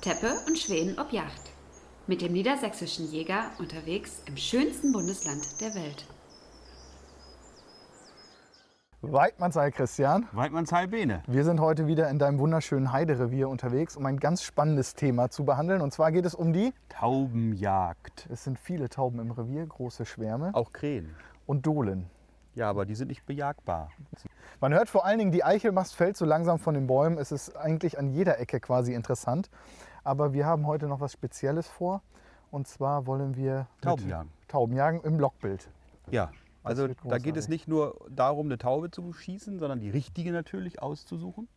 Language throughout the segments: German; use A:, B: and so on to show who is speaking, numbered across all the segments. A: Teppe und Schweden ob Yacht. Mit dem niedersächsischen Jäger unterwegs im schönsten Bundesland der Welt.
B: Weidmannsei, Christian.
C: Weidmannsheil Bene.
B: Wir sind heute wieder in deinem wunderschönen Heiderevier unterwegs, um ein ganz spannendes Thema zu behandeln. Und zwar geht es um die.
C: Taubenjagd.
B: Es sind viele Tauben im Revier, große Schwärme
C: Auch Krähen.
B: und Dohlen.
C: Ja, aber die sind nicht bejagbar.
B: Man hört vor allen Dingen, die Eichelmast fällt so langsam von den Bäumen. Es ist eigentlich an jeder Ecke quasi interessant. Aber wir haben heute noch was Spezielles vor. Und zwar wollen wir mit
C: Tauben jagen.
B: Tauben jagen im Lockbild.
C: Ja. Also
B: wird
C: da geht
B: großartig.
C: es nicht nur darum, eine Taube zu schießen, sondern die richtige natürlich auszusuchen.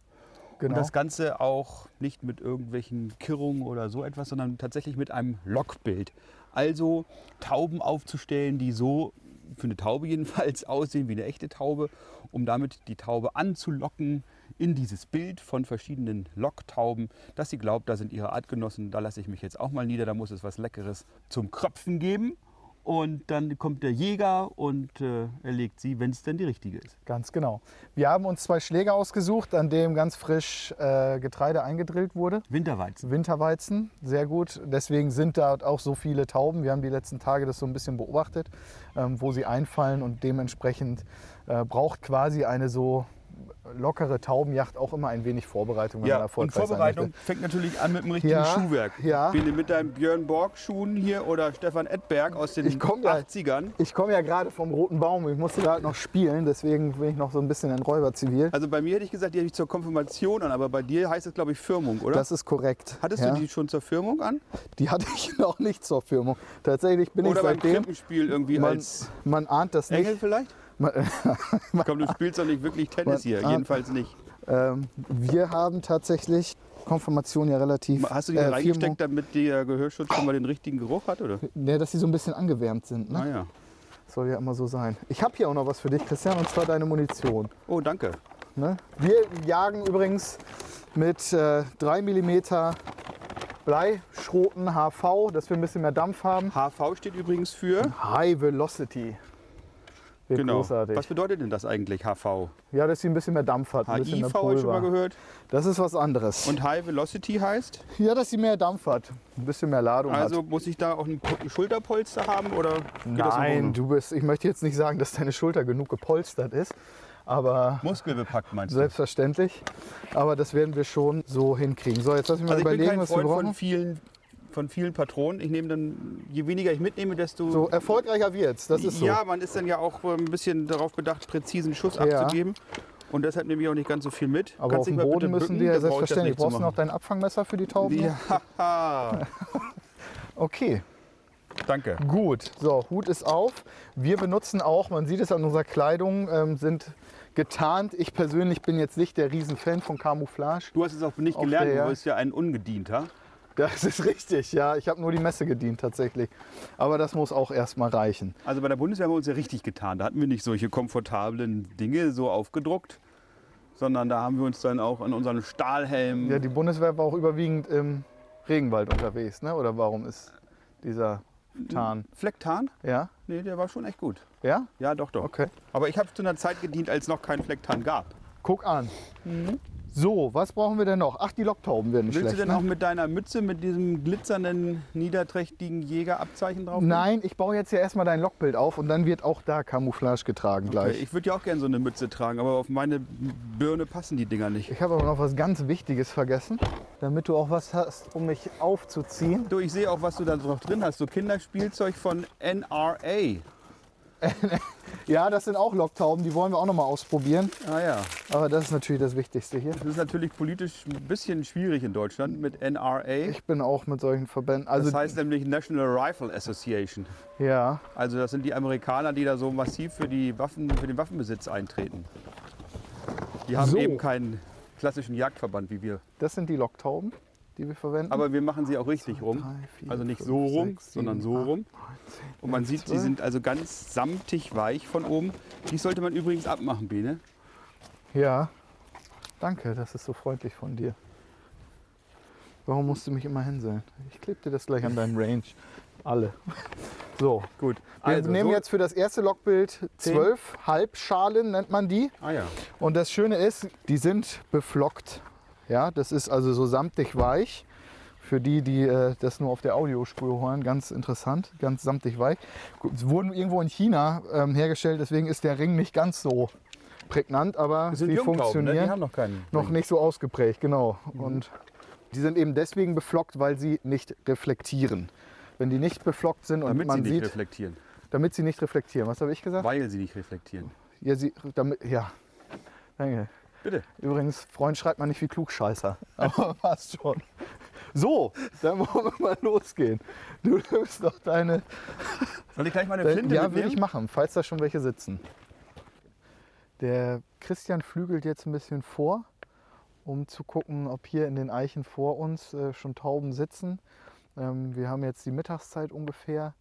B: Genau.
C: Und das Ganze auch nicht mit irgendwelchen Kirrungen oder so etwas, sondern tatsächlich mit einem Lockbild. Also Tauben aufzustellen, die so für eine Taube jedenfalls aussehen wie eine echte Taube, um damit die Taube anzulocken in dieses Bild von verschiedenen Locktauben, dass sie glaubt, da sind ihre Artgenossen, da lasse ich mich jetzt auch mal nieder, da muss es was Leckeres zum Kröpfen geben. Und dann kommt der Jäger und äh, erlegt sie, wenn es denn die richtige ist.
B: Ganz genau. Wir haben uns zwei Schläge ausgesucht, an dem ganz frisch äh, Getreide eingedrillt wurde.
C: Winterweizen.
B: Winterweizen, sehr gut. Deswegen sind da auch so viele Tauben. Wir haben die letzten Tage das so ein bisschen beobachtet, ähm, wo sie einfallen und dementsprechend äh, braucht quasi eine so lockere Taubenjacht auch immer ein wenig Vorbereitung, wenn man
C: und
B: erfolgreich
C: Vorbereitung
B: sein möchte.
C: fängt natürlich an mit dem richtigen
B: Ja,
C: Schuhwerk.
B: ja.
C: Bin mit deinen Björn Borg-Schuhen hier oder Stefan Edberg aus den
B: Ich komm gleich.
C: 80ern.
B: Ich komme ja gerade vom Roten Baum, ich musste da halt noch spielen, deswegen bin ich noch so ein bisschen ein Räuberzivil.
C: Also bei mir hätte ich gesagt, die hätte ich zur Konfirmation an, aber bei dir heißt es, glaube ich, Firmung, oder?
B: Das ist korrekt.
C: Hattest
B: ja.
C: du die schon zur Firmung an?
B: Die hatte ich noch nicht zur Firmung. Tatsächlich bin
C: Oder
B: ich
C: beim
B: seitdem.
C: Krippenspiel irgendwie
B: Man,
C: als
B: man ahnt das nicht.
C: Engel vielleicht?
B: Man,
C: Komm, du spielst doch nicht wirklich Tennis hier,
B: Man- ah.
C: jedenfalls nicht.
B: ähm, wir haben tatsächlich Konfirmation ja relativ.
C: Hast du die da
B: äh,
C: reingesteckt, damit der Gehörschutz schon mal den richtigen Geruch hat, oder? Ah,
B: Firmung- Nee, ne, dass die so ein bisschen angewärmt sind. Ne?
C: Naja.
B: Soll ja immer so sein. Ich habe hier auch noch was für dich, Christian, und zwar deine Munition.
C: Oh, danke.
B: Ne? Wir jagen übrigens mit äh, 3 mm Bleischroten HV, dass wir ein bisschen mehr Dampf haben.
C: HV steht übrigens für.
B: High Velocity. Wird großartig.
C: Genau. Was bedeutet denn das eigentlich, HV?
B: Ja, dass sie ein bisschen mehr Dampf hat. ein bisschen
C: HIV
B: mehr
C: habe ich schon mal
B: Pulver.
C: gehört.
B: Das ist was anderes.
C: Und High Velocity heißt?
B: Ja, dass sie mehr Dampf hat. Ein bisschen mehr Ladung
C: Also
B: hat.
C: muss ich da auch ein Po- Schulterpolster haben oder geht das auch
B: Nein,
C: ohne?
B: du bist. Ich möchte jetzt nicht sagen, dass deine Schulter genug gepolstert ist, aber
C: muskelbepackt meinst du?
B: selbstverständlich. Aber das werden wir schon so hinkriegen. So, jetzt lass mich mal
C: Also ich bin
B: überlegen,
C: kein
B: was wir
C: Freund von
B: brauchen.
C: vielen, von vielen Patronen. Ich nehme dann, je weniger ich mitnehme, desto
B: So erfolgreicher wird's. Das ist so.
C: ja, man ist dann ja auch äh, ein bisschen darauf bedacht, präzisen Schuss
B: Ja.
C: abzugeben. Und deshalb nehme ich auch nicht ganz so viel mit.
B: aber auf
C: dich
B: dem
C: mal bitte
B: Boden müssen
C: bücken?
B: wir ja
C: Dann brauche ich das
B: selbstverständlich.
C: nicht zu
B: Brauchst du noch
C: machen.
B: dein Abfangmesser für die Tauben?
C: Ja,
B: Okay,
C: danke.
B: gut. So, Hut ist auf. Wir benutzen auch, man sieht es an unserer Kleidung, ähm, sind getarnt. Ich persönlich bin jetzt nicht der Riesenfan von Camouflage.
C: Du hast es auch nicht
B: Auf
C: gelernt,
B: der-
C: du bist ja ein Ungedienter.
B: Das ist richtig, ja. Ich habe nur die Messe gedient tatsächlich. Aber das muss auch erstmal reichen.
C: Also bei der Bundeswehr haben wir uns ja richtig getan. Da hatten wir nicht solche komfortablen Dinge so aufgedruckt, sondern da haben wir uns dann auch an unseren Stahlhelm.
B: Ja, die Bundeswehr war auch überwiegend im Regenwald unterwegs, ne? Oder warum ist dieser Tarn?
C: Flecktarn?
B: Ja?
C: Nee, der war schon echt gut.
B: Ja?
C: Ja, doch, doch.
B: Okay.
C: Aber ich habe zu einer Zeit gedient, als noch keinen Flecktarn gab.
B: Guck an. So, was brauchen wir denn noch? Ach, die Locktauben werden
C: Mhm. Willst
B: schlecht.
C: du denn
B: ne?
C: auch mit deiner Mütze, mit diesem glitzernden, niederträchtigen Jägerabzeichen drauf?
B: Nein, ich baue jetzt hier erstmal dein Lockbild auf und dann wird auch da Camouflage getragen gleich.
C: Okay, Äh, ich würde ja auch gerne so eine Mütze tragen, aber auf meine Birne passen die Dinger nicht.
B: Ich habe aber noch was ganz Wichtiges vergessen, damit du auch was hast, um mich aufzuziehen.
C: Du, ich sehe auch, was du da drauf drin hast. So Kinderspielzeug von NRA.
B: Ja, das sind auch Locktauben, die wollen wir auch nochmal ausprobieren.
C: Ah ja.
B: Aber das ist natürlich das Wichtigste hier.
C: Das ist natürlich politisch ein bisschen schwierig in Deutschland mit NRA.
B: Ich bin auch mit solchen Verbänden. Also,
C: Das heißt nämlich National Rifle Association.
B: ja,
C: Also das sind die Amerikaner, die da so massiv für, die Waffen, für den Waffenbesitz eintreten. Die haben
B: So.
C: eben keinen klassischen Jagdverband wie wir.
B: das sind die Locktauben, die wir verwenden.
C: Aber wir machen sie auch richtig rum.
B: drei, vier,
C: also nicht
B: fünf,
C: so rum,
B: sechs, sieben,
C: sondern so
B: acht,
C: rum. Und man sieht, sie
B: zwölf.
C: sind also ganz samtig weich von oben. Die sollte man übrigens abmachen, Bene.
B: ja, danke, das ist so freundlich von dir. Warum musst du mich immer hänseln? Ich klebe dir das gleich an deinen Range. Alle. So,
C: Gut.
B: wir
C: Also
B: nehmen
C: so-
B: jetzt für das erste Lockbild zwölf Halbschalen, nennt man die.
C: Ah ja.
B: Und das Schöne ist, die sind beflockt. Ja, das ist also so samtig weich. Für die, die äh, das nur auf der Audiospur hören, ganz interessant, ganz samtig weich. Gu- Es wurden irgendwo in China ähm, hergestellt, deswegen ist der Ring nicht ganz so prägnant, aber
C: Das sind
B: sie
C: Jungtauben,
B: funktionieren
C: ne? Die haben Mhm. noch keinen.
B: noch
C: Ring.
B: nicht so ausgeprägt, genau. Und die sind eben deswegen beflockt, weil sie nicht reflektieren. Wenn die nicht beflockt sind und
C: Damit sie
B: man
C: nicht
B: sieht,
C: reflektieren.
B: damit sie nicht reflektieren. Was habe ich gesagt?
C: Weil sie nicht reflektieren.
B: Ja, sie, damit, ja. Danke.
C: Bitte.
B: Übrigens, Freund schreibt man nicht wie Klugscheißer. Aber passt schon. So, dann wollen wir mal losgehen. Du nimmst doch deine.
C: Soll ich gleich mal eine
B: deine
C: Flinte
B: Äh, ja, will
C: mitnehmen?
B: ich machen, falls da schon welche sitzen. Der Christian flügelt jetzt ein bisschen vor, um zu gucken, ob hier in den Eichen vor uns äh, schon Tauben sitzen. Ähm, wir haben jetzt die Mittagszeit ungefähr.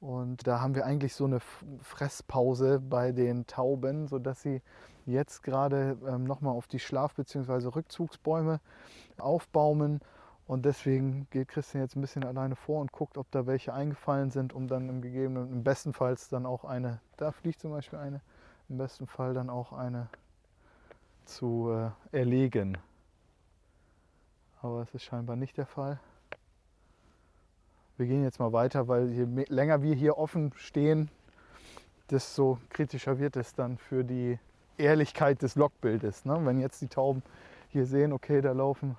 B: Und da haben wir eigentlich so eine F- Fresspause bei den Tauben, sodass sie jetzt gerade ähm, nochmal auf die Schlaf- bzw. Rückzugsbäume aufbaumen. Und deswegen geht Christian jetzt ein bisschen alleine vor und guckt, ob da welche eingefallen sind, um dann im gegebenen, im besten Fall dann auch eine, da fliegt zum Beispiel eine, im besten Fall dann auch eine zu äh, erlegen. Aber es ist scheinbar nicht der Fall. Wir gehen jetzt mal weiter, weil je me- länger wir hier offen stehen, desto kritischer wird es dann für die Ehrlichkeit des Logbildes. Ne? Wenn jetzt die Tauben hier sehen, okay, da laufen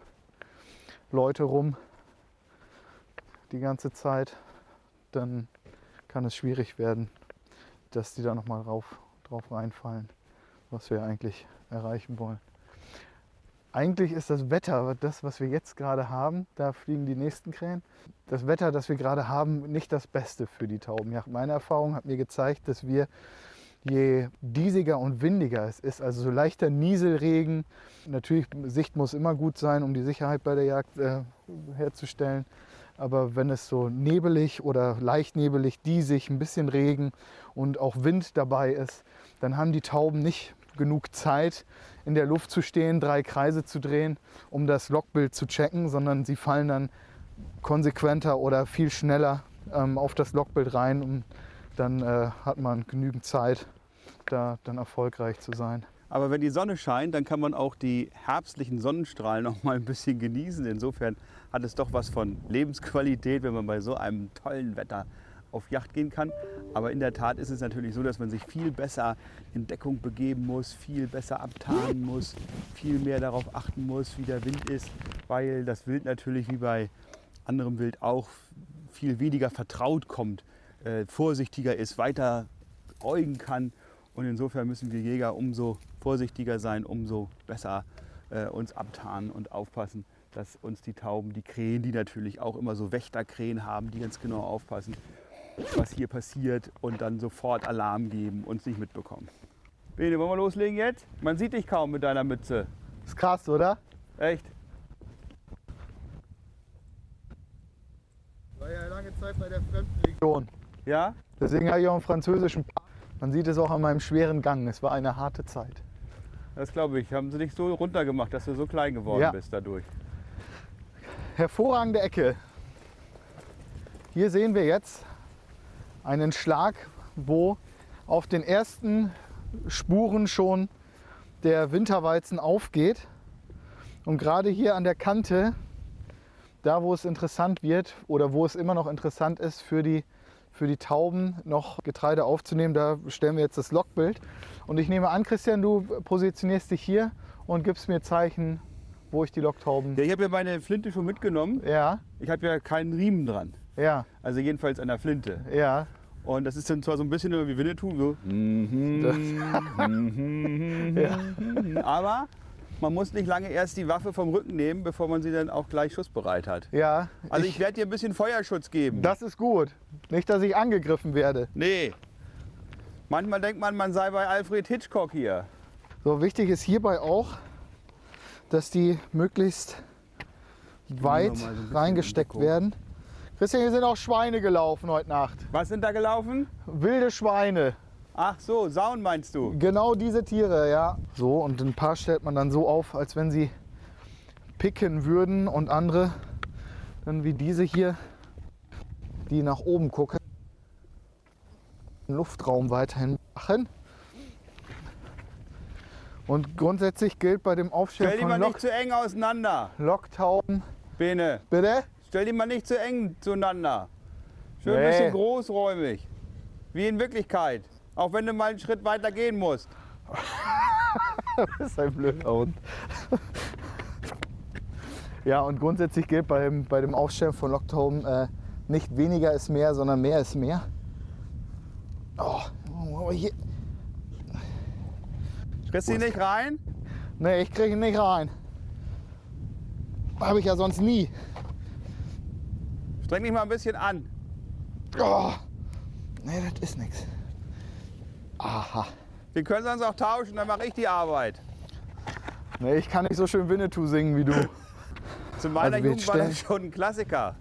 B: Leute rum die ganze Zeit, dann kann es schwierig werden, dass die da nochmal drauf, drauf reinfallen, was wir eigentlich erreichen wollen. Eigentlich ist das Wetter, das, was wir jetzt gerade haben, da fliegen die nächsten Krähen, das Wetter, das wir gerade haben, nicht das Beste für die Taubenjagd. Meine Erfahrung hat mir gezeigt, dass wir, je diesiger und windiger es ist, also so leichter Nieselregen, natürlich Sicht muss immer gut sein, um die Sicherheit bei der Jagd äh, herzustellen. Aber wenn es so nebelig oder leicht nebelig, diesig, ein bisschen Regen und auch Wind dabei ist, dann haben die Tauben nicht genug Zeit, in der Luft zu stehen, drei Kreise zu drehen, um das Lockbild zu checken, sondern sie fallen dann konsequenter oder viel schneller ähm, auf das Lockbild rein und dann äh, hat man genügend Zeit, da dann erfolgreich zu sein.
C: Aber wenn die Sonne scheint, dann kann man auch die herbstlichen Sonnenstrahlen noch mal ein bisschen genießen. Insofern hat es doch was von Lebensqualität, wenn man bei so einem tollen Wetter auf Yacht gehen kann. Aber in der Tat ist es natürlich so, dass man sich viel besser in Deckung begeben muss, viel besser abtarnen muss, viel mehr darauf achten muss, wie der Wind ist, weil das Wild natürlich wie bei anderem Wild auch viel weniger vertraut kommt, äh, vorsichtiger ist, weiter äugen kann. Und insofern müssen wir Jäger umso vorsichtiger sein, umso besser äh, uns abtarnen und aufpassen, dass uns die Tauben, die Krähen, die natürlich auch immer so Wächterkrähen haben, die ganz genau aufpassen, was hier passiert und dann sofort Alarm geben und nicht mitbekommen. Bene, wollen wir loslegen jetzt? Man sieht dich kaum mit deiner Mütze.
B: Ist krass, oder?
C: Echt?
D: War ja lange Zeit bei der Fremdenlegion.
B: Region.
C: Ja?
B: Deswegen habe ich auch einen französischen Pa. Man sieht es auch an meinem schweren Gang. Es war eine harte Zeit.
C: Das glaube ich. Haben sie dich so runtergemacht, dass du so klein geworden
B: Ja.
C: bist dadurch.
B: Hervorragende Ecke. Hier sehen wir jetzt einen Schlag, wo auf den ersten Spuren schon der Winterweizen aufgeht. Und gerade hier an der Kante, da wo es interessant wird oder wo es immer noch interessant ist für die, für die Tauben noch Getreide aufzunehmen, da stellen wir jetzt das Lockbild. Und ich nehme an, Christian, du positionierst dich hier und gibst mir Zeichen, wo ich die Locktauben.
C: Ja, ich habe ja meine Flinte schon mitgenommen.
B: Ja,
C: Ich habe ja keinen Riemen dran.
B: ja.
C: Also jedenfalls an der Flinte.
B: Ja,
C: Und das ist dann zwar so ein bisschen wie Winnetou, so. aber man muss nicht lange erst die Waffe vom Rücken nehmen, bevor man sie dann auch gleich schussbereit hat.
B: ja.
C: Also ich, werde dir ein bisschen Feuerschutz geben.
B: das ist gut. Nicht, dass ich angegriffen werde.
C: nee. Manchmal denkt man, man sei bei Alfred Hitchcock hier.
B: So wichtig ist hierbei auch, dass die möglichst weit
C: noch mal so ein bisschen
B: reingesteckt
C: in Deckung.
B: werden. Christian, hier sind auch Schweine gelaufen heute Nacht.
C: Was sind da gelaufen?
B: Wilde Schweine.
C: Ach so, Saun meinst du?
B: Genau diese Tiere, ja. So, und ein paar stellt man dann so auf, als wenn sie picken würden und andere dann wie diese hier, die nach oben gucken, den Luftraum weiterhin machen. Und grundsätzlich gilt bei dem
C: Stell
B: Aufstellen
C: die
B: von
C: mal nicht
B: Lock
C: zu eng auseinander,
B: Locktauben,
C: Bene.
B: bitte?
C: Stell die mal nicht zu eng zueinander. Schön ein
B: Nee.
C: bisschen großräumig. Wie in Wirklichkeit. Auch wenn du mal einen Schritt weiter gehen musst.
B: Das ist ein blöder Hund. Ja, und grundsätzlich gilt beim, bei dem Aufstellen von Locked Home äh, nicht weniger ist mehr, sondern mehr ist mehr. Oh, oh, hier.
C: Kriegst du die nicht rein?
B: Nee, ich kriege ihn nicht rein. Habe ich ja sonst nie.
C: Streng dich mal ein bisschen an.
B: Oh. Nee, das ist nichts. Aha.
C: Wir können sonst auch tauschen, dann mache ich die Arbeit.
B: Nee, ich kann nicht so schön Winnetou singen wie du.
C: Zu meiner
B: Also wir
C: Jugend war das
B: stellen-
C: schon ein Klassiker.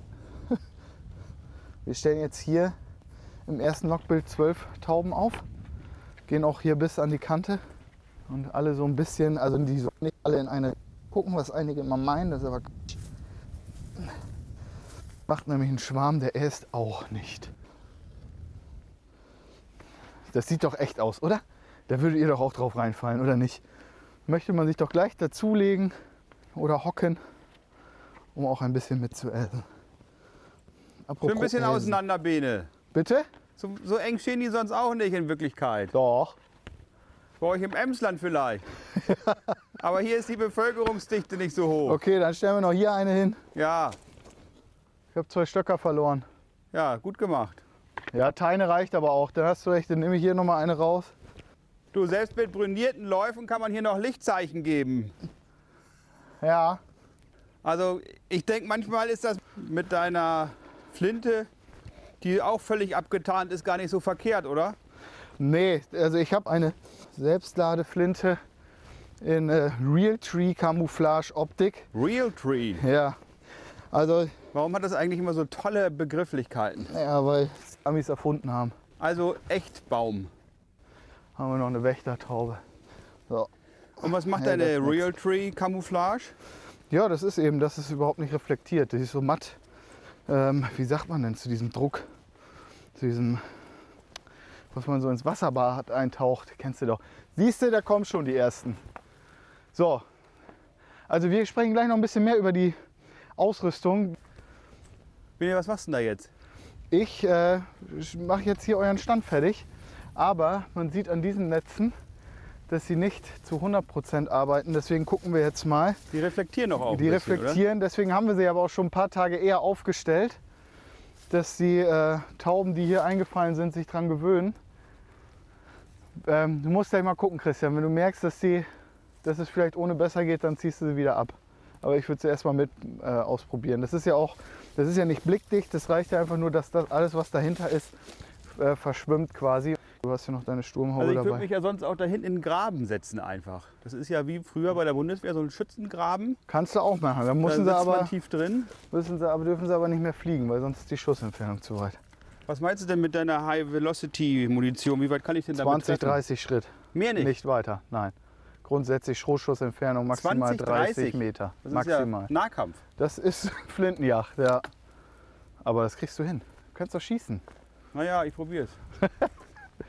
B: Wir stellen jetzt hier im ersten Lockbild zwölf Tauben auf, gehen auch hier bis an die Kante und alle so ein bisschen, also die sollen nicht alle in eine gucken, was einige immer meinen, das ist aber Quatsch. macht nämlich einen Schwarm, der ist auch nicht. Das sieht doch echt aus, oder? Da würdet ihr doch auch drauf reinfallen, oder nicht? Möchte man sich doch gleich dazulegen oder hocken, um auch ein bisschen mitzuessen. Oh,
C: Schön ein bisschen
B: Apropos essen.
C: auseinander, Bene.
B: Bitte?
C: So, so eng stehen die sonst auch nicht in Wirklichkeit.
B: Doch.
C: Bei euch im Emsland vielleicht. Aber hier ist die Bevölkerungsdichte nicht so hoch.
B: Okay, dann stellen wir noch hier eine hin.
C: Ja,
B: Ich habe zwei Stöcker verloren.
C: ja, gut gemacht.
B: Ja, Teine reicht aber auch. Dann hast du recht, dann nehme ich hier nochmal eine raus.
C: Du, selbst mit brünierten Läufen kann man hier noch Lichtzeichen geben.
B: Ja,
C: Also ich denke, manchmal ist das mit deiner Flinte, die auch völlig abgetarnt ist, gar nicht so verkehrt, oder?
B: nee, also ich habe eine Selbstladeflinte in äh, Realtree Camouflage Optik.
C: Real Tree.
B: Ja, also,
C: Warum hat das eigentlich immer so tolle Begrifflichkeiten?
B: ja, weil es Amis erfunden haben,
C: Also Echtbaum.
B: haben wir noch eine Wächtertaube. So.
C: Und was macht
B: Ja,
C: deine
B: das ist
C: Real Tree Camouflage?
B: Ja, das ist eben, das ist überhaupt nicht reflektiert. Das ist so matt. Ähm, wie sagt man denn zu diesem Druck? Zu diesem, was man so ins Wasserbad eintaucht. Kennst du doch. Siehst du, da kommen schon die ersten. So. Also wir sprechen gleich noch ein bisschen mehr über die Ausrüstung.
C: Bene, was machst du denn da jetzt?
B: Ich äh, mache jetzt hier euren Stand fertig. Aber man sieht an diesen Netzen, dass sie nicht zu 100% arbeiten. Deswegen gucken wir jetzt mal,
C: Die reflektieren doch auch.
B: Die
C: ein bisschen,
B: reflektieren, deswegen haben wir sie aber auch schon ein paar Tage eher aufgestellt, dass die äh, Tauben, die hier eingefallen sind, sich dran gewöhnen. Ähm, du musst gleich mal gucken, Christian. Wenn du merkst, dass, die, dass es vielleicht ohne besser geht, dann ziehst du sie wieder ab. Aber ich würde sie erstmal mit äh, ausprobieren. Das ist ja auch, das ist ja nicht blickdicht, das reicht ja einfach nur, dass das alles, was dahinter ist, äh, verschwimmt quasi. Du hast ja noch deine Sturmhaube
C: Also ich würde
B: dabei.
C: mich ja sonst auch da hinten in den Graben setzen einfach. Das ist ja wie früher bei der Bundeswehr so ein Schützengraben.
B: Kannst du auch machen. Dann
C: Da
B: müssen
C: sitzt
B: sie
C: man
B: aber,
C: tief drin.
B: müssen sie aber, dürfen sie aber nicht mehr fliegen, weil sonst ist die Schussentfernung zu weit.
C: Was meinst du denn mit deiner High-Velocity-Munition? Wie weit kann ich denn damit
B: 20,
C: treffen?
B: 30 Schritt.
C: Mehr nicht.
B: Nicht. weiter, nein. Grundsätzlich Schrotschussentfernung maximal
C: 20,
B: 30,
C: 30?
B: Meter.
C: Das
B: maximal.
C: ist ja Nahkampf.
B: Das ist Flintenjagd, ja. Aber das kriegst du hin. Du kannst doch schießen.
C: Naja, ich probier's.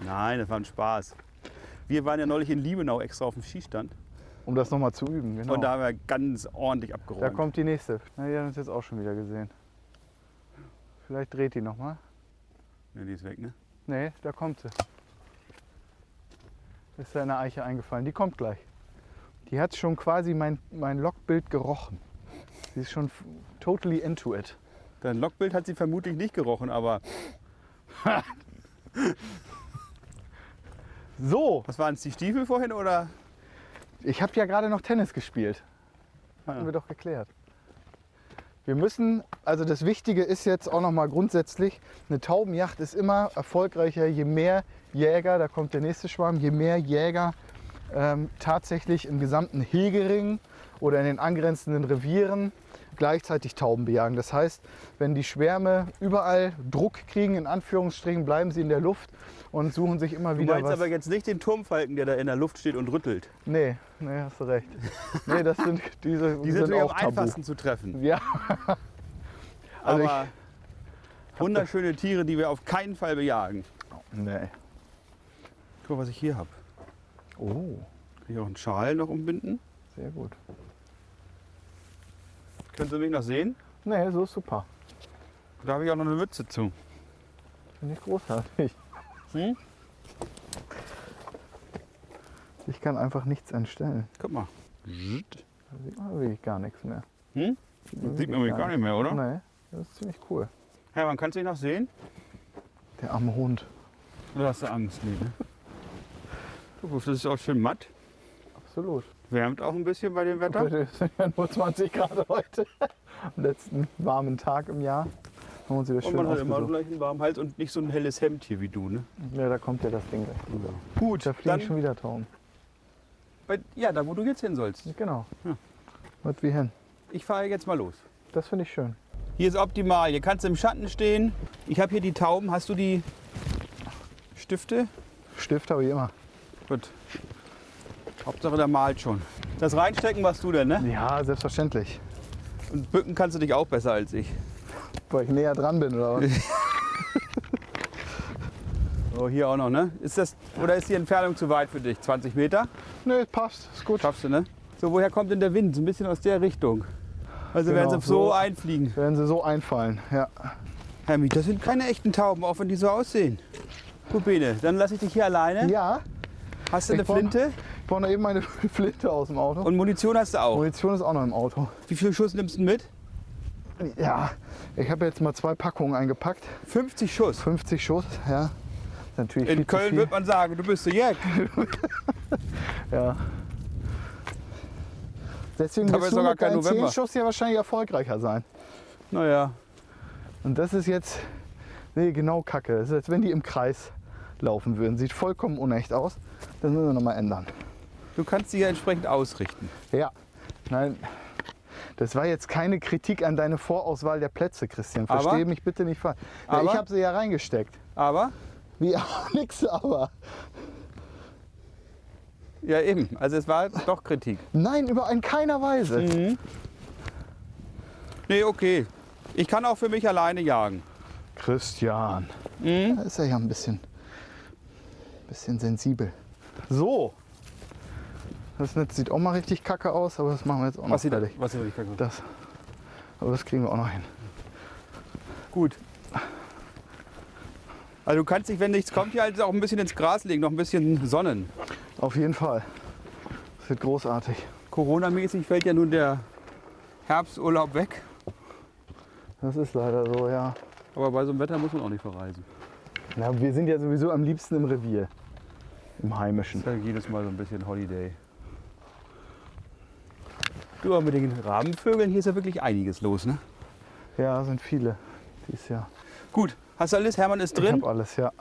C: Nein, das war ein Spaß. Wir waren ja neulich in Liebenau extra auf dem Schießstand.
B: Um das nochmal zu üben, genau.
C: Und da haben wir ganz ordentlich abgeräumt.
B: da kommt die nächste. Na, die haben uns jetzt auch schon wieder gesehen. Vielleicht dreht die nochmal.
C: Ja, die ist weg, ne?
B: Nee, da kommt sie. Ist da eine Eiche eingefallen. Die kommt gleich. Die hat schon quasi mein, mein Lockbild gerochen. Sie ist schon f- totally into it.
C: Dein Lockbild hat sie vermutlich nicht gerochen, aber
B: So,
C: was waren es, die Stiefel vorhin oder?
B: Ich habe ja gerade noch Tennis gespielt. Hatten
C: Ja.
B: wir doch geklärt. Wir müssen, also das Wichtige ist jetzt auch nochmal grundsätzlich, eine Taubenjacht ist immer erfolgreicher, je mehr Jäger, da kommt der nächste Schwarm, je mehr Jäger ähm, tatsächlich im gesamten Hegering oder in den angrenzenden Revieren gleichzeitig Tauben bejagen. Das heißt, wenn die Schwärme überall Druck kriegen, in Anführungsstrichen, bleiben sie in der Luft und suchen sich immer
C: Du
B: wieder
C: meinst
B: was.
C: aber jetzt nicht den Turmfalken, der da in der Luft steht und rüttelt.
B: Nee, nee, hast du recht. Nee, das sind diese
C: Die sind natürlich
B: auch
C: am
B: tabu.
C: einfachsten zu treffen.
B: Ja, Also ich-
C: aber wunderschöne Tiere, die wir auf keinen Fall bejagen.
B: nee.
C: Guck mal, was ich hier habe.
B: Oh,
C: Kann ich auch einen Schal noch umbinden?
B: sehr gut.
C: Können Sie mich noch sehen?
B: Nee, so ist super.
C: Da habe ich auch noch eine Mütze zu.
B: Finde ich großartig.
C: Hm?
B: Ich kann einfach nichts entstellen.
C: Guck mal. Zzt.
B: Da sieht man wirklich gar nichts mehr.
C: Hm? Das sieht man mich gar nicht mehr, oder?
B: Nee, das ist ziemlich cool.
C: Ja, man kann es nicht noch sehen.
B: Der arme Hund.
C: Oder hast du Angst? Nee, ne? Du, das ist auch schön matt.
B: Absolut.
C: Wärmt auch ein bisschen bei dem Wetter.
B: Heute sind ja nur 20 Grad heute. Am letzten warmen Tag im Jahr. Haben wir uns wieder
C: Und
B: schön
C: man hat immer
B: ausgesucht.
C: gleich einen warmen Hals und nicht so ein helles Hemd hier wie du, ne?
B: Ja, da kommt ja das Ding gleich drüber.
C: Gut,
B: Da fliegen
C: dann,
B: schon wieder Tauben.
C: bei, ja, da wo du jetzt hin sollst.
B: Genau.
C: Ja.
B: Mit wie hin.
C: Ich fahre jetzt mal los.
B: Das finde ich schön.
C: Hier ist optimal. Hier kannst du im Schatten stehen. Ich habe hier die Tauben. Hast du die Stifte?
B: Stift habe ich immer.
C: Gut. Hauptsache, der malt schon. Das Reinstecken machst du denn, ne?
B: Ja, selbstverständlich.
C: Und bücken kannst du dich auch besser als ich.
B: Weil ich näher dran bin, oder was?
C: Oh, hier auch noch, ne? Ist das, oder ist die Entfernung zu weit für dich? 20 Meter?
B: Nö, passt. Ist gut.
C: Schaffst du, ne? So, woher kommt denn der Wind? So ein bisschen aus der Richtung. Also
B: Genau,
C: werden sie so,
B: so.
C: einfliegen.
B: Werden sie so einfallen. Ja.
C: Hermi, das sind keine echten Tauben, auch wenn die so aussehen. Gut, Bene, dann lasse ich dich hier alleine.
B: Ja.
C: Hast du
B: ich
C: eine
B: brauch-
C: Flinte?
B: Ich brauche noch eben meine Flinte aus dem Auto.
C: Und Munition hast du auch.
B: Munition ist auch noch im Auto.
C: Wie viel Schuss nimmst du mit?
B: Ja, ich habe jetzt mal zwei Packungen eingepackt.
C: 50 Schuss.
B: 50 Schuss, ja. Ist Natürlich viel
C: In
B: zu
C: Köln
B: viel.
C: wird man sagen, du bist der Jack.
B: Ja. Deswegen
C: Dabei
B: wirst
C: ist
B: du
C: noch gar
B: mit
C: kein
B: deinen
C: November.
B: 10 Schuss ja wahrscheinlich erfolgreicher sein.
C: Naja,
B: Und das ist jetzt, nee, genau kacke. Das ist, als wenn die im Kreis laufen würden. Sieht vollkommen unecht aus. Das müssen wir nochmal ändern.
C: du kannst sie ja entsprechend ausrichten.
B: Ja, nein, das war jetzt keine Kritik an deine Vorauswahl der Plätze, Christian.
C: Aber-
B: Verstehe mich bitte nicht falsch. Ja,
C: aber-
B: ich habe sie ja reingesteckt.
C: Aber,
B: Wie auch nix, aber.
C: ja eben, also es war doch Kritik.
B: Nein, über in keiner Weise.
C: Mhm. Nee, okay. Ich kann auch für mich alleine jagen.
B: Christian.
C: Mhm.
B: Da ist er ja ein bisschen, bisschen sensibel.
C: So.
B: Das Netz sieht auch mal richtig kacke aus, aber das machen wir jetzt auch noch
C: Was sieht
B: fertig.
C: Hm. Was sieht er?
B: Das. Aber das kriegen wir auch noch hin.
C: Gut. Also du kannst dich, wenn nichts kommt, hier halt auch ein bisschen ins Gras legen, noch ein bisschen sonnen.
B: Auf jeden Fall. Das wird großartig.
C: Corona-mäßig fällt ja nun der Herbsturlaub weg.
B: Das ist leider so, ja.
C: Aber bei so einem Wetter muss man auch nicht verreisen.
B: Na, wir sind ja sowieso am liebsten im Revier. Im Heimischen.
C: Ist ja jedes Mal so ein bisschen Holiday. Du, aber mit den Rabenvögeln, hier ist ja wirklich einiges los, ne?
B: Ja, sind viele dieses Jahr.
C: Gut, hast du alles? Hermann ist
B: Ich
C: drin.
B: hab alles, ja.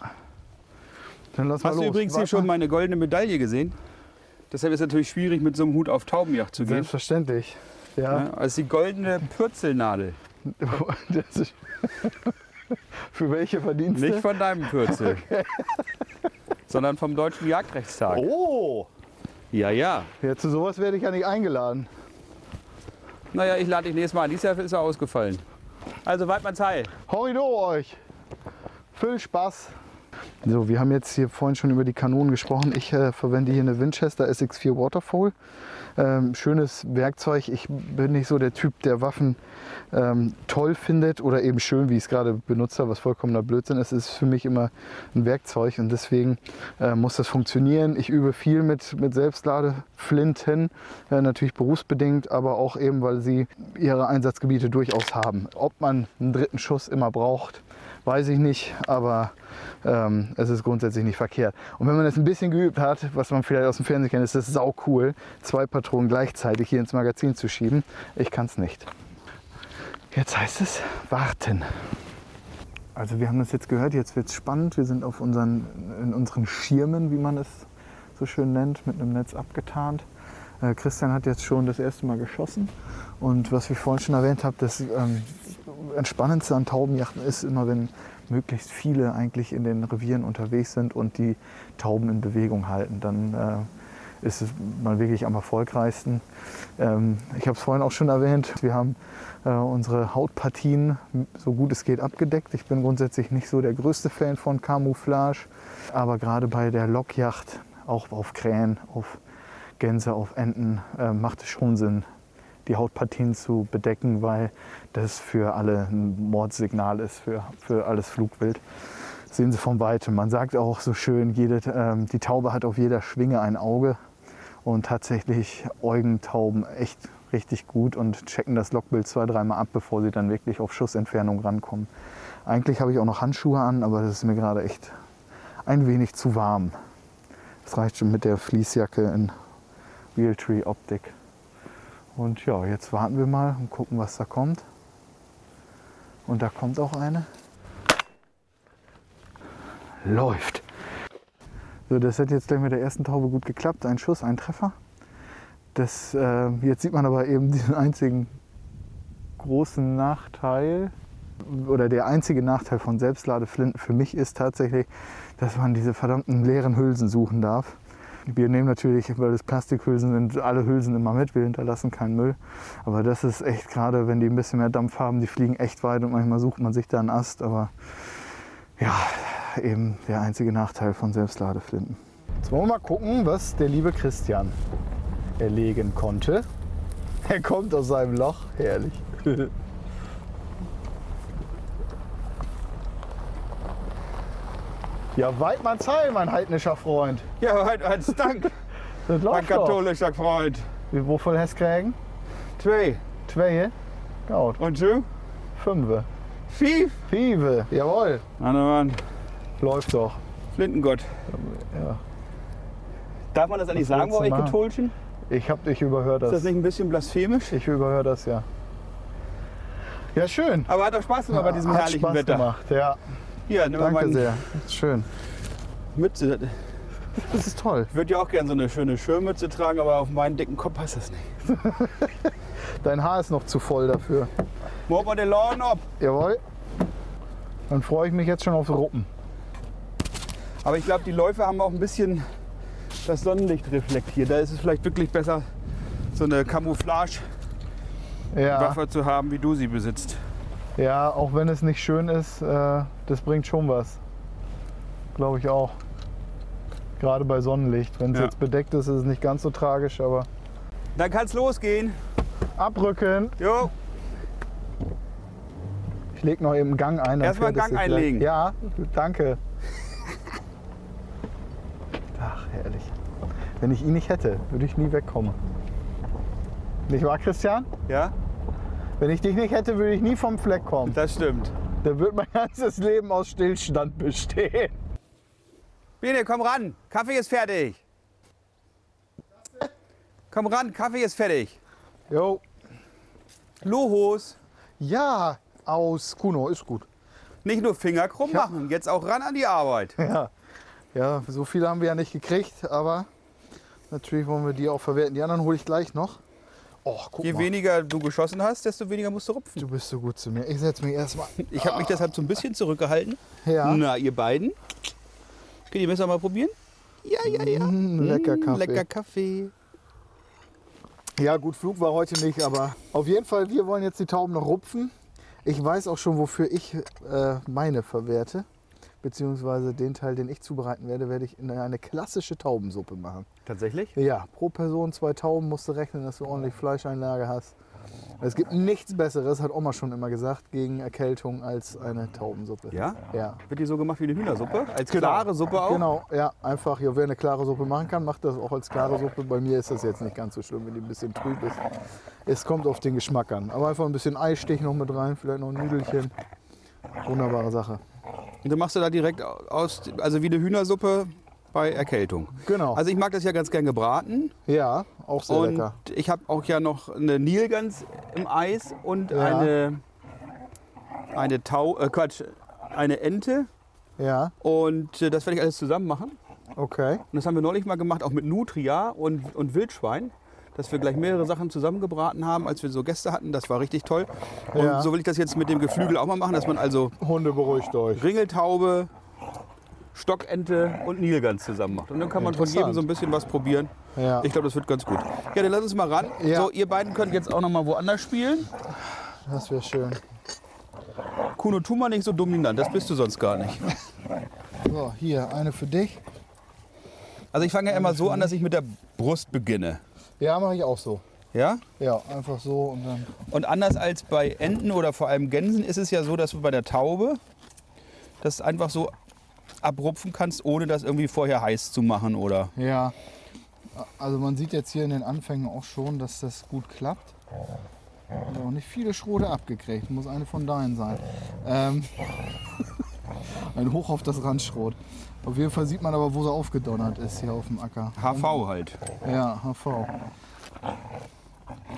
B: Dann lass mal
C: Hast
B: los.
C: du übrigens hier
B: Warte
C: schon
B: mal.
C: meine goldene Medaille gesehen? Deshalb ist es natürlich schwierig, mit so einem Hut auf Taubenjagd zu gehen.
B: Selbstverständlich. Ja.
C: Ne? Also die goldene Pürzelnadel.
B: Das ist Für welche verdienst
C: Nicht
B: du?
C: von deinem Pürzel, sondern vom Deutschen Jagdrechtstag.
B: Oh!
C: Ja, ja.
B: Ja, zu sowas werde ich ja nicht eingeladen.
C: Naja, ich lade dich nächstes Mal ein. Dieses Jahr ist er ausgefallen. Also Weidmanns Heil.
B: Horridor euch! Viel Spaß! So, wir haben jetzt hier vorhin schon über die Kanonen gesprochen. Ich äh, verwende hier eine Winchester SX4 Waterfall. Ähm, schönes Werkzeug. Ich bin nicht so der Typ, der Waffen ähm, toll findet oder eben schön, wie ich es gerade benutzt habe, was vollkommener Blödsinn ist. Es ist für mich immer ein Werkzeug und deswegen äh, muss das funktionieren. Ich übe viel mit, mit Selbstladeflinten, äh, natürlich berufsbedingt, aber auch eben, weil sie ihre Einsatzgebiete durchaus haben. Ob man einen dritten Schuss immer braucht, weiß ich nicht, aber ähm, es ist grundsätzlich nicht verkehrt. Und wenn man das ein bisschen geübt hat, was man vielleicht aus dem Fernsehen kennt, ist das sau cool, zwei Patronen gleichzeitig hier ins Magazin zu schieben. Ich kann es nicht. Jetzt heißt es warten. Also wir haben das jetzt gehört, jetzt wird es spannend. Wir sind auf unseren, in unseren Schirmen, wie man es so schön nennt, mit einem Netz abgetarnt. Äh, Christian hat jetzt schon das erste Mal geschossen. Und was ich vorhin schon erwähnt habe, das ähm, Entspannendste an Taubenjachten ist immer, wenn möglichst viele eigentlich in den Revieren unterwegs sind und die Tauben in Bewegung halten. Dann äh, ist es mal wirklich am erfolgreichsten. Ähm, ich habe es vorhin auch schon erwähnt, wir haben äh, unsere Hautpartien so gut es geht abgedeckt. Ich bin grundsätzlich nicht so der größte Fan von Camouflage, aber gerade bei der Lokjacht, auch auf Krähen, auf Gänse, auf Enten, äh, macht es schon Sinn, die Hautpartien zu bedecken, weil das für alle ein Mordsignal ist, für, für alles Flugwild. Das sehen Sie von weitem. Man sagt auch so schön, jede, ähm, die Taube hat auf jeder Schwinge ein Auge. Und tatsächlich äugen Tauben echt richtig gut und checken das Lockbild zwei, dreimal ab, bevor sie dann wirklich auf Schussentfernung rankommen. Eigentlich habe ich auch noch Handschuhe an, aber das ist mir gerade echt ein wenig zu warm. Das reicht schon mit der Fließjacke in Realtree-Optik. Und ja, jetzt warten wir mal und gucken, was da kommt. Und da kommt auch eine. Läuft. So, das hat jetzt gleich mit der ersten Taube gut geklappt. Ein Schuss, ein Treffer. Das, äh, jetzt sieht man aber eben diesen einzigen großen Nachteil oder der einzige Nachteil von Selbstladeflinten für mich ist tatsächlich, dass man diese verdammten leeren Hülsen suchen darf. Wir nehmen natürlich, weil das Plastikhülsen sind, alle Hülsen immer mit, wir hinterlassen keinen Müll. Aber das ist echt gerade, wenn die ein bisschen mehr Dampf haben, die fliegen echt weit und manchmal sucht man sich da einen Ast. Aber ja, eben der einzige Nachteil von Selbstladeflinten. Jetzt wollen wir mal gucken, was der liebe Christian erlegen konnte. Er kommt aus seinem Loch, herrlich. ja, Weidmanns Heil, mein heidnischer Freund.
C: Ja, herzlichen Dank,
B: Das
C: mein
B: läuft doch.
C: katholischer Freund.
B: Wie, wovon hast du gekriegt?
C: Zwei
B: Zwei? Gut,
C: und du?
B: fünfe.
C: Fief?
B: Fiebe, jawohl.
C: Na, na, Mann.
B: Läuft doch.
C: Flintengott.
B: Ja.
C: Darf man das eigentlich
B: Was
C: sagen
B: willst
C: bei
B: du
C: euch
B: machen?
C: Katholischen?
B: Ich hab dich überhört.
C: Ist das nicht ein bisschen blasphemisch?
B: Ich überhöre das, ja. Ja, schön.
C: Aber hat doch Spaß gemacht bei diesem
B: Hat
C: herrlichen
B: Spaß
C: Wetter.
B: gemacht, ja.
C: Hier, nimm mal
B: Danke
C: meine
B: sehr. Ist schön.
C: Mütze.
B: Das ist toll.
C: Ich würde ja auch gerne so eine schöne Schirmmütze tragen, aber auf meinen dicken Kopf passt das nicht.
B: Dein Haar ist noch zu voll dafür.
C: Mob mal den Laden ab.
B: Jawohl. Dann freue ich mich jetzt schon auf Ruppen.
C: Aber ich glaube, die Läufe haben auch ein bisschen das Sonnenlicht reflektiert. Da ist es vielleicht wirklich besser, so eine Camouflage-Waffe
B: Ja,
C: zu haben, wie du sie besitzt.
B: ja auch wenn es nicht schön ist, äh, das bringt schon was. Glaube ich auch. Gerade bei Sonnenlicht. Wenn es
C: Ja.
B: jetzt bedeckt ist, ist es nicht ganz so tragisch, aber
C: Dann kann's losgehen.
B: abrücken.
C: Jo,
B: Ich lege noch eben einen Gang ein. dann
C: Erstmal
B: fährt es
C: Gang
B: sich gleich.
C: einlegen.
B: Ja, danke. Ach, herrlich. Wenn ich ihn nicht hätte, würde ich nie wegkommen. Nicht wahr, Christian?
C: ja,
B: Wenn ich dich nicht hätte, würde ich nie vom Fleck kommen.
C: das stimmt.
B: Dann wird mein ganzes Leben aus Stillstand bestehen.
C: Bene, komm ran. Kaffee ist fertig. Komm ran, Kaffee ist fertig.
B: Jo.
C: Lohos.
B: Ja, aus Kuno ist gut.
C: Nicht nur Finger krumm machen, jetzt auch ran an die Arbeit.
B: Ja. ja, so viele haben wir ja nicht gekriegt, aber natürlich wollen wir die auch verwerten. Die anderen hole ich gleich noch. Oh, guck
C: Je
B: mal.
C: weniger du geschossen hast, desto weniger musst du rupfen.
B: Du bist so gut zu mir. Ich setze mich erstmal
C: Ich habe mich deshalb so ein bisschen zurückgehalten.
B: Ja.
C: Na, ihr beiden. Könnt ihr Messer mal probieren? Ja, ja, ja.
B: Mm, lecker
C: Mm,
B: Kaffee.
C: Lecker Kaffee.
B: Ja, gut, Flug war heute nicht, aber auf jeden Fall, wir wollen jetzt die Tauben noch rupfen. Ich weiß auch schon, wofür ich äh, meine verwerte. Beziehungsweise den Teil, den ich zubereiten werde, werde ich in eine klassische Taubensuppe machen.
C: Tatsächlich?
B: Ja, pro Person zwei Tauben musst du rechnen, dass du ordentlich Fleischeinlage hast. Es gibt nichts Besseres, hat Oma schon immer gesagt, gegen Erkältung als eine Taubensuppe.
C: Ja?
B: Ja.
C: Wird die so gemacht wie eine Hühnersuppe? Als klare Suppe auch?
B: Genau, ja, einfach, ja, wer eine klare Suppe machen kann, macht das auch als klare Suppe. Bei mir ist das jetzt nicht ganz so schlimm, wenn die ein bisschen trüb ist. Es kommt auf den Geschmack an. Aber einfach ein bisschen Eisstich noch mit rein, vielleicht noch ein Nudelchen. Wunderbare Sache.
C: Und dann machst du da direkt aus, also wie eine Hühnersuppe bei Erkältung.
B: Genau.
C: Also ich mag das ja ganz gern gebraten.
B: Ja, auch sehr
C: und
B: lecker.
C: ich habe auch ja noch eine Nilgans im Eis und
B: Ja.
C: eine, eine Tau, äh Quatsch, eine Ente.
B: Ja,
C: Und äh, das werde ich alles zusammen machen.
B: okay.
C: Und das haben wir neulich mal gemacht, auch mit Nutria und, und Wildschwein, dass wir gleich mehrere Sachen zusammengebraten haben, als wir so Gäste hatten. Das war richtig toll. Und
B: Ja.
C: so will ich das jetzt mit dem Geflügel auch mal machen, dass man also
B: Hunde beruhigt euch.
C: Ringeltaube, Stockente und Nilgans zusammen macht. Und dann kann man von jedem
B: Interessant.
C: so ein bisschen was probieren.
B: Ja.
C: Ich glaube, das wird ganz gut. Ja, dann lass uns mal ran.
B: Ja.
C: So, ihr beiden könnt jetzt auch noch mal woanders spielen.
B: Das wäre schön.
C: Kuno, tu mal nicht so dominant, das bist du sonst gar nicht.
B: So, hier, eine für dich.
C: Also ich fange ja immer so an, dass ich mit der Brust beginne.
B: Ja, mache ich auch so.
C: Ja?
B: Ja, einfach so und dann.
C: Und anders als bei Enten oder vor allem Gänsen ist es ja so, dass du bei der Taube das einfach so abrupfen kannst, ohne das irgendwie vorher heiß zu machen oder.
B: Ja. Also man sieht jetzt hier in den Anfängen auch schon, dass das gut klappt. Hat auch nicht viele Schrote abgekriegt. Muss eine von deinen sein. Ähm, ein Hoch auf das Randschrot. Auf jeden Fall sieht man aber, wo sie aufgedonnert ist hier auf dem Acker.
C: HV halt.
B: Ja, HV.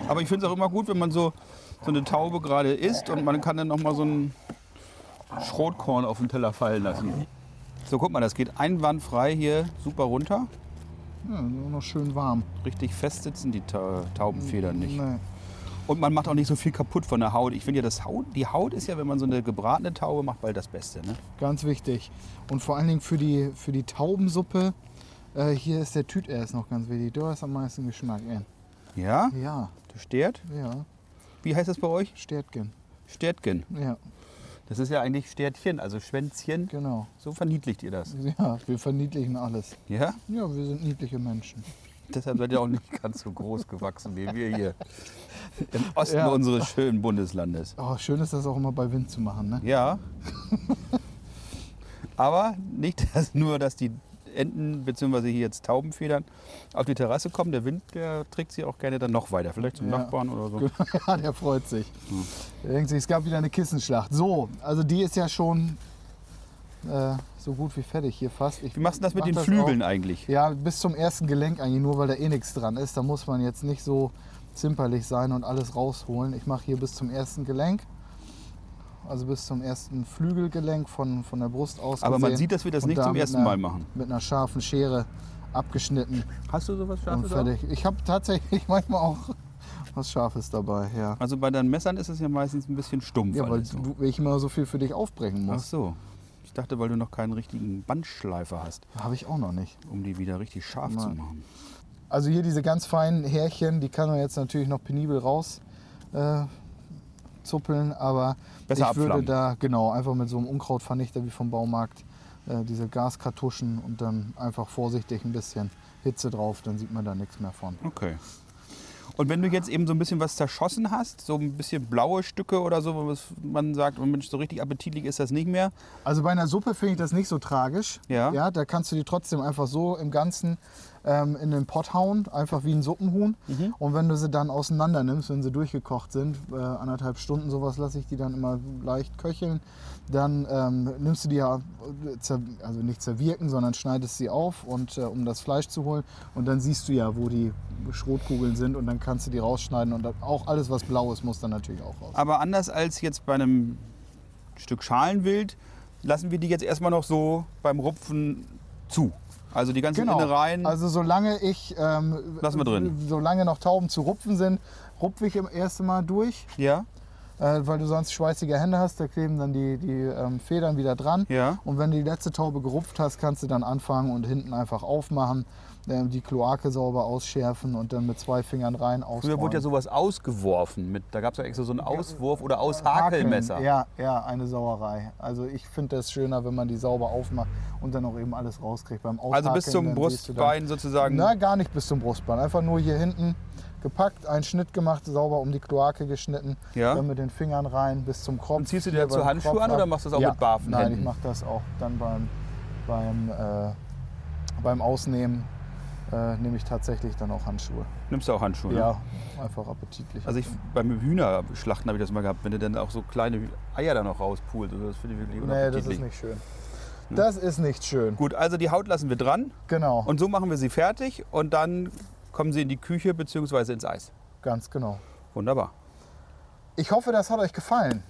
C: Aber ich finde es auch immer gut, wenn man so, so eine Taube gerade isst und man kann dann nochmal so ein Schrotkorn auf den Teller fallen lassen. So, guck mal, das geht einwandfrei hier super runter.
B: Ja, nur noch schön warm.
C: Richtig fest sitzen die Ta Taubenfedern nicht.
B: Nee.
C: Und man macht auch nicht so viel kaputt von der Haut. Ich finde ja, das Haut, die Haut ist ja, wenn man so eine gebratene Taube macht, bald das Beste. Ne?
B: Ganz wichtig. Und vor allen Dingen für die, für die Taubensuppe, äh, hier ist der Tüt erst noch ganz wichtig. Du hast am meisten Geschmack. Ey.
C: Ja?
B: Ja,
C: Du Stert?
B: ja.
C: Wie heißt das bei euch?
B: Stärtgen.
C: Stärtgen.
B: Ja,
C: Das ist ja eigentlich Stärtchen, also Schwänzchen.
B: genau.
C: So verniedlicht ihr das.
B: Ja, wir verniedlichen alles.
C: Ja?
B: Ja, wir sind niedliche Menschen.
C: Deshalb seid ihr auch nicht ganz so groß gewachsen wie wir hier im Osten
B: Ja.
C: unseres schönen Bundeslandes.
B: Oh, schön ist das auch immer bei Wind zu machen, ne?
C: Ja. Aber nicht dass nur, dass die Enten bzw. hier jetzt Taubenfedern auf die Terrasse kommen. Der Wind, der trägt sie auch gerne dann noch weiter. Vielleicht zum
B: Ja.
C: Nachbarn oder so.
B: Ja, der freut sich. Der denkt sich, es gab wieder eine Kissenschlacht. So, also die ist ja schon äh, so gut wie fertig hier fast. Ich
C: Wie machst du das mit
B: mach
C: den
B: auch-
C: Flügeln eigentlich?
B: Ja, bis zum ersten Gelenk eigentlich nur, weil da eh nichts dran ist. Da muss man jetzt nicht so zimperlich sein und alles rausholen. Ich mache hier bis zum ersten Gelenk, also bis zum ersten Flügelgelenk von, von der Brust aus.
C: Aber man
B: gesehen.
C: sieht, dass wir das
B: Und
C: nicht
B: da
C: zum
B: mit
C: ersten
B: einer-
C: Mal machen.
B: Mit einer scharfen Schere abgeschnitten
C: Hast du sowas
B: und fertig. Ich habe tatsächlich manchmal auch was Scharfes dabei, ja.
C: Also bei deinen Messern ist es ja meistens ein bisschen stumpf.
B: Ja, weil
C: alles so.
B: du- ich immer so viel für dich aufbrechen
C: Ach
B: muss.
C: so. Ich dachte, weil du noch keinen richtigen Bandschleifer hast,
B: Habe ich auch noch nicht.
C: um die wieder richtig scharf zu
B: Nein.
C: machen.
B: Also hier diese ganz feinen Härchen, die kann man jetzt natürlich noch penibel raus äh, zuppeln, aber
C: Besser
B: ich würde
C: abflammen.
B: da genau einfach mit so einem Unkrautvernichter wie vom Baumarkt äh, diese Gaskartuschen und dann einfach vorsichtig ein bisschen Hitze drauf, dann sieht man da nichts mehr von.
C: Okay. Und wenn du jetzt eben so ein bisschen was zerschossen hast, so ein bisschen blaue Stücke oder so, wo es- man sagt, oh Mensch, so richtig appetitlich ist das nicht mehr.
B: Also bei einer Suppe finde ich das nicht so tragisch.
C: Ja.
B: ja. Da kannst du die trotzdem einfach so im Ganzen ähm, in den Pott hauen, einfach wie ein Suppenhuhn. Und wenn du sie dann auseinander nimmst, wenn sie durchgekocht sind, äh, anderthalb Stunden sowas lasse ich die dann immer leicht köcheln, dann ähm, nimmst du die ja, äh, zer- also nicht zerwirken, sondern schneidest sie auf, und, äh, um das Fleisch zu holen. Und dann siehst du ja, wo die Schrotkugeln sind und dann kannst du die rausschneiden. Und dann auch alles, was blau ist, muss dann natürlich auch raus.
C: Aber anders als jetzt bei einem Stück Schalenwild, lassen wir die jetzt erstmal noch so beim Rupfen zu. Also die ganzen Innereien.
B: Also solange ich ähm,
C: Lassen wir drin.
B: solange noch Tauben zu rupfen sind, rupfe ich im ersten Mal durch,
C: ja,
B: äh, weil du sonst schweißige Hände hast, da kleben dann die, die ähm, Federn wieder dran.
C: ja.
B: Und wenn du die letzte Taube gerupft hast, kannst du dann anfangen und hinten einfach aufmachen, ähm, die Kloake sauber ausschärfen und dann mit zwei Fingern rein
C: Früher
B: ausräumen.
C: wurde ja sowas ausgeworfen. Mit, da gab es ja extra so einen Auswurf oder Aushakelmesser.
B: Ja, ja, eine Sauerei. Also ich finde das schöner, wenn man die sauber aufmacht und dann auch eben alles rauskriegt. Beim Aushakeln,
C: Also bis zum
B: dann siehst du dann-
C: Brustbein sozusagen.
B: Na, gar nicht bis zum Brustbein. Einfach nur hier hinten gepackt, einen Schnitt gemacht, sauber um die Kloake geschnitten.
C: Ja.
B: Dann mit den Fingern rein bis zum Kropf.
C: Und ziehst du dir dazu
B: beim
C: Handschuhe
B: Kropf
C: an
B: ab.
C: oder machst du das auch
B: ja.
C: mit barfen
B: Nein, ich
C: Händen?
B: mache das auch dann beim, beim, äh, beim Ausnehmen. Äh, nehme ich tatsächlich dann auch Handschuhe.
C: Nimmst du auch Handschuhe? ne?
B: Ja, einfach appetitlich.
C: Also ich, beim Hühnerschlachten habe ich das mal gehabt, wenn du dann auch so kleine Eier da noch rauspulst. Also das finde ich wirklich
B: nee, das
C: unappetitlich.
B: ist nicht schön.
C: Hm.
B: Das ist nicht schön.
C: Gut, also die Haut lassen wir dran
B: Genau,
C: und so machen wir sie fertig und dann kommen sie in die Küche bzw. ins Eis.
B: ganz genau.
C: Wunderbar.
B: Ich hoffe, das hat euch gefallen.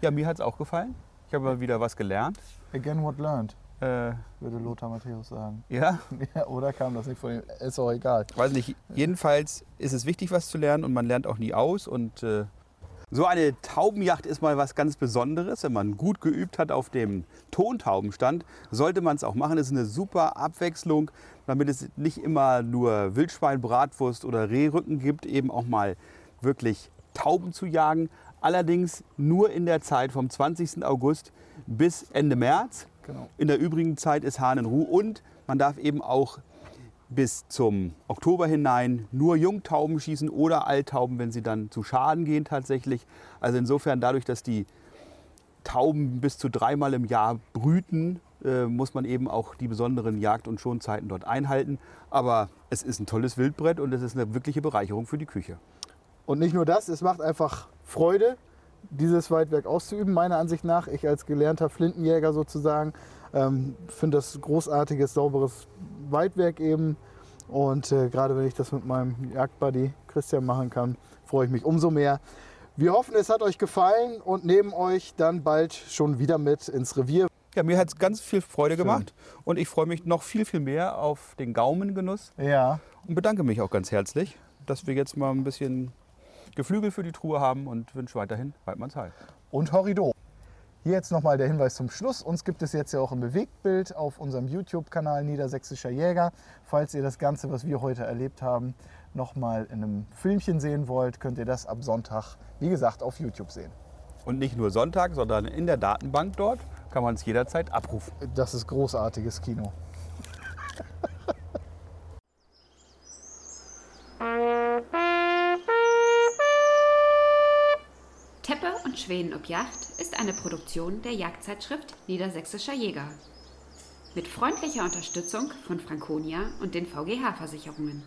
C: Ja, mir hat es auch gefallen. Ich habe mal wieder was gelernt.
B: Again what learned,
C: Äh,
B: würde Lothar Matthäus sagen.
C: ja,
B: Ja, oder kam das nicht von ihm? Ist auch egal.
C: weiß nicht. Jedenfalls ist es wichtig, was zu lernen und man lernt auch nie aus. Und äh, so eine Taubenjacht ist mal was ganz Besonderes. Wenn man gut geübt hat auf dem Tontaubenstand, sollte man es auch machen. Das ist eine super Abwechslung, damit es nicht immer nur Wildschwein, Bratwurst oder Rehrücken gibt, eben auch mal wirklich Tauben zu jagen. Allerdings nur in der Zeit vom 20. August bis Ende März.
B: Genau.
C: In der übrigen Zeit ist Hahn in Ruhe und man darf eben auch bis zum Oktober hinein nur Jungtauben schießen oder Alttauben, wenn sie dann zu Schaden gehen tatsächlich. Also insofern dadurch, dass die Tauben bis zu dreimal im Jahr brüten, äh, muss man eben auch die besonderen Jagd- und Schonzeiten dort einhalten. Aber es ist ein tolles Wildbrett und es ist eine wirkliche Bereicherung für die Küche.
B: Und nicht nur das, es macht einfach Freude, dieses Weitwerk auszuüben, meiner Ansicht nach. Ich als gelernter Flintenjäger sozusagen ähm, finde das großartiges, sauberes Weitwerk eben. Und äh, gerade wenn ich das mit meinem Jagdbuddy Christian machen kann, freue ich mich umso mehr. Wir hoffen, es hat euch gefallen und nehmen euch dann bald schon wieder mit ins Revier.
C: Ja, mir hat es ganz viel Freude gemacht und ich freue mich noch viel, viel mehr auf den Gaumengenuss
B: Ja,
C: und bedanke mich auch ganz herzlich, dass wir jetzt mal ein bisschen Geflügel für die Truhe haben und wünsche weiterhin Weidmannsheil.
B: und Horrido. Hier jetzt nochmal der Hinweis zum Schluss. Uns gibt es jetzt ja auch im Bewegtbild auf unserem YouTube-Kanal Niedersächsischer Jäger. Falls ihr das Ganze, was wir heute erlebt haben, nochmal in einem Filmchen sehen wollt, könnt ihr das ab Sonntag, wie gesagt, auf YouTube sehen.
C: Und nicht nur Sonntag, sondern in der Datenbank dort kann man es jederzeit abrufen.
B: Das ist großartiges Kino.
A: Teppe und Schweden ob Yacht ist eine Produktion der Jagdzeitschrift Niedersächsischer Jäger. Mit freundlicher Unterstützung von Franconia und den VGH-Versicherungen.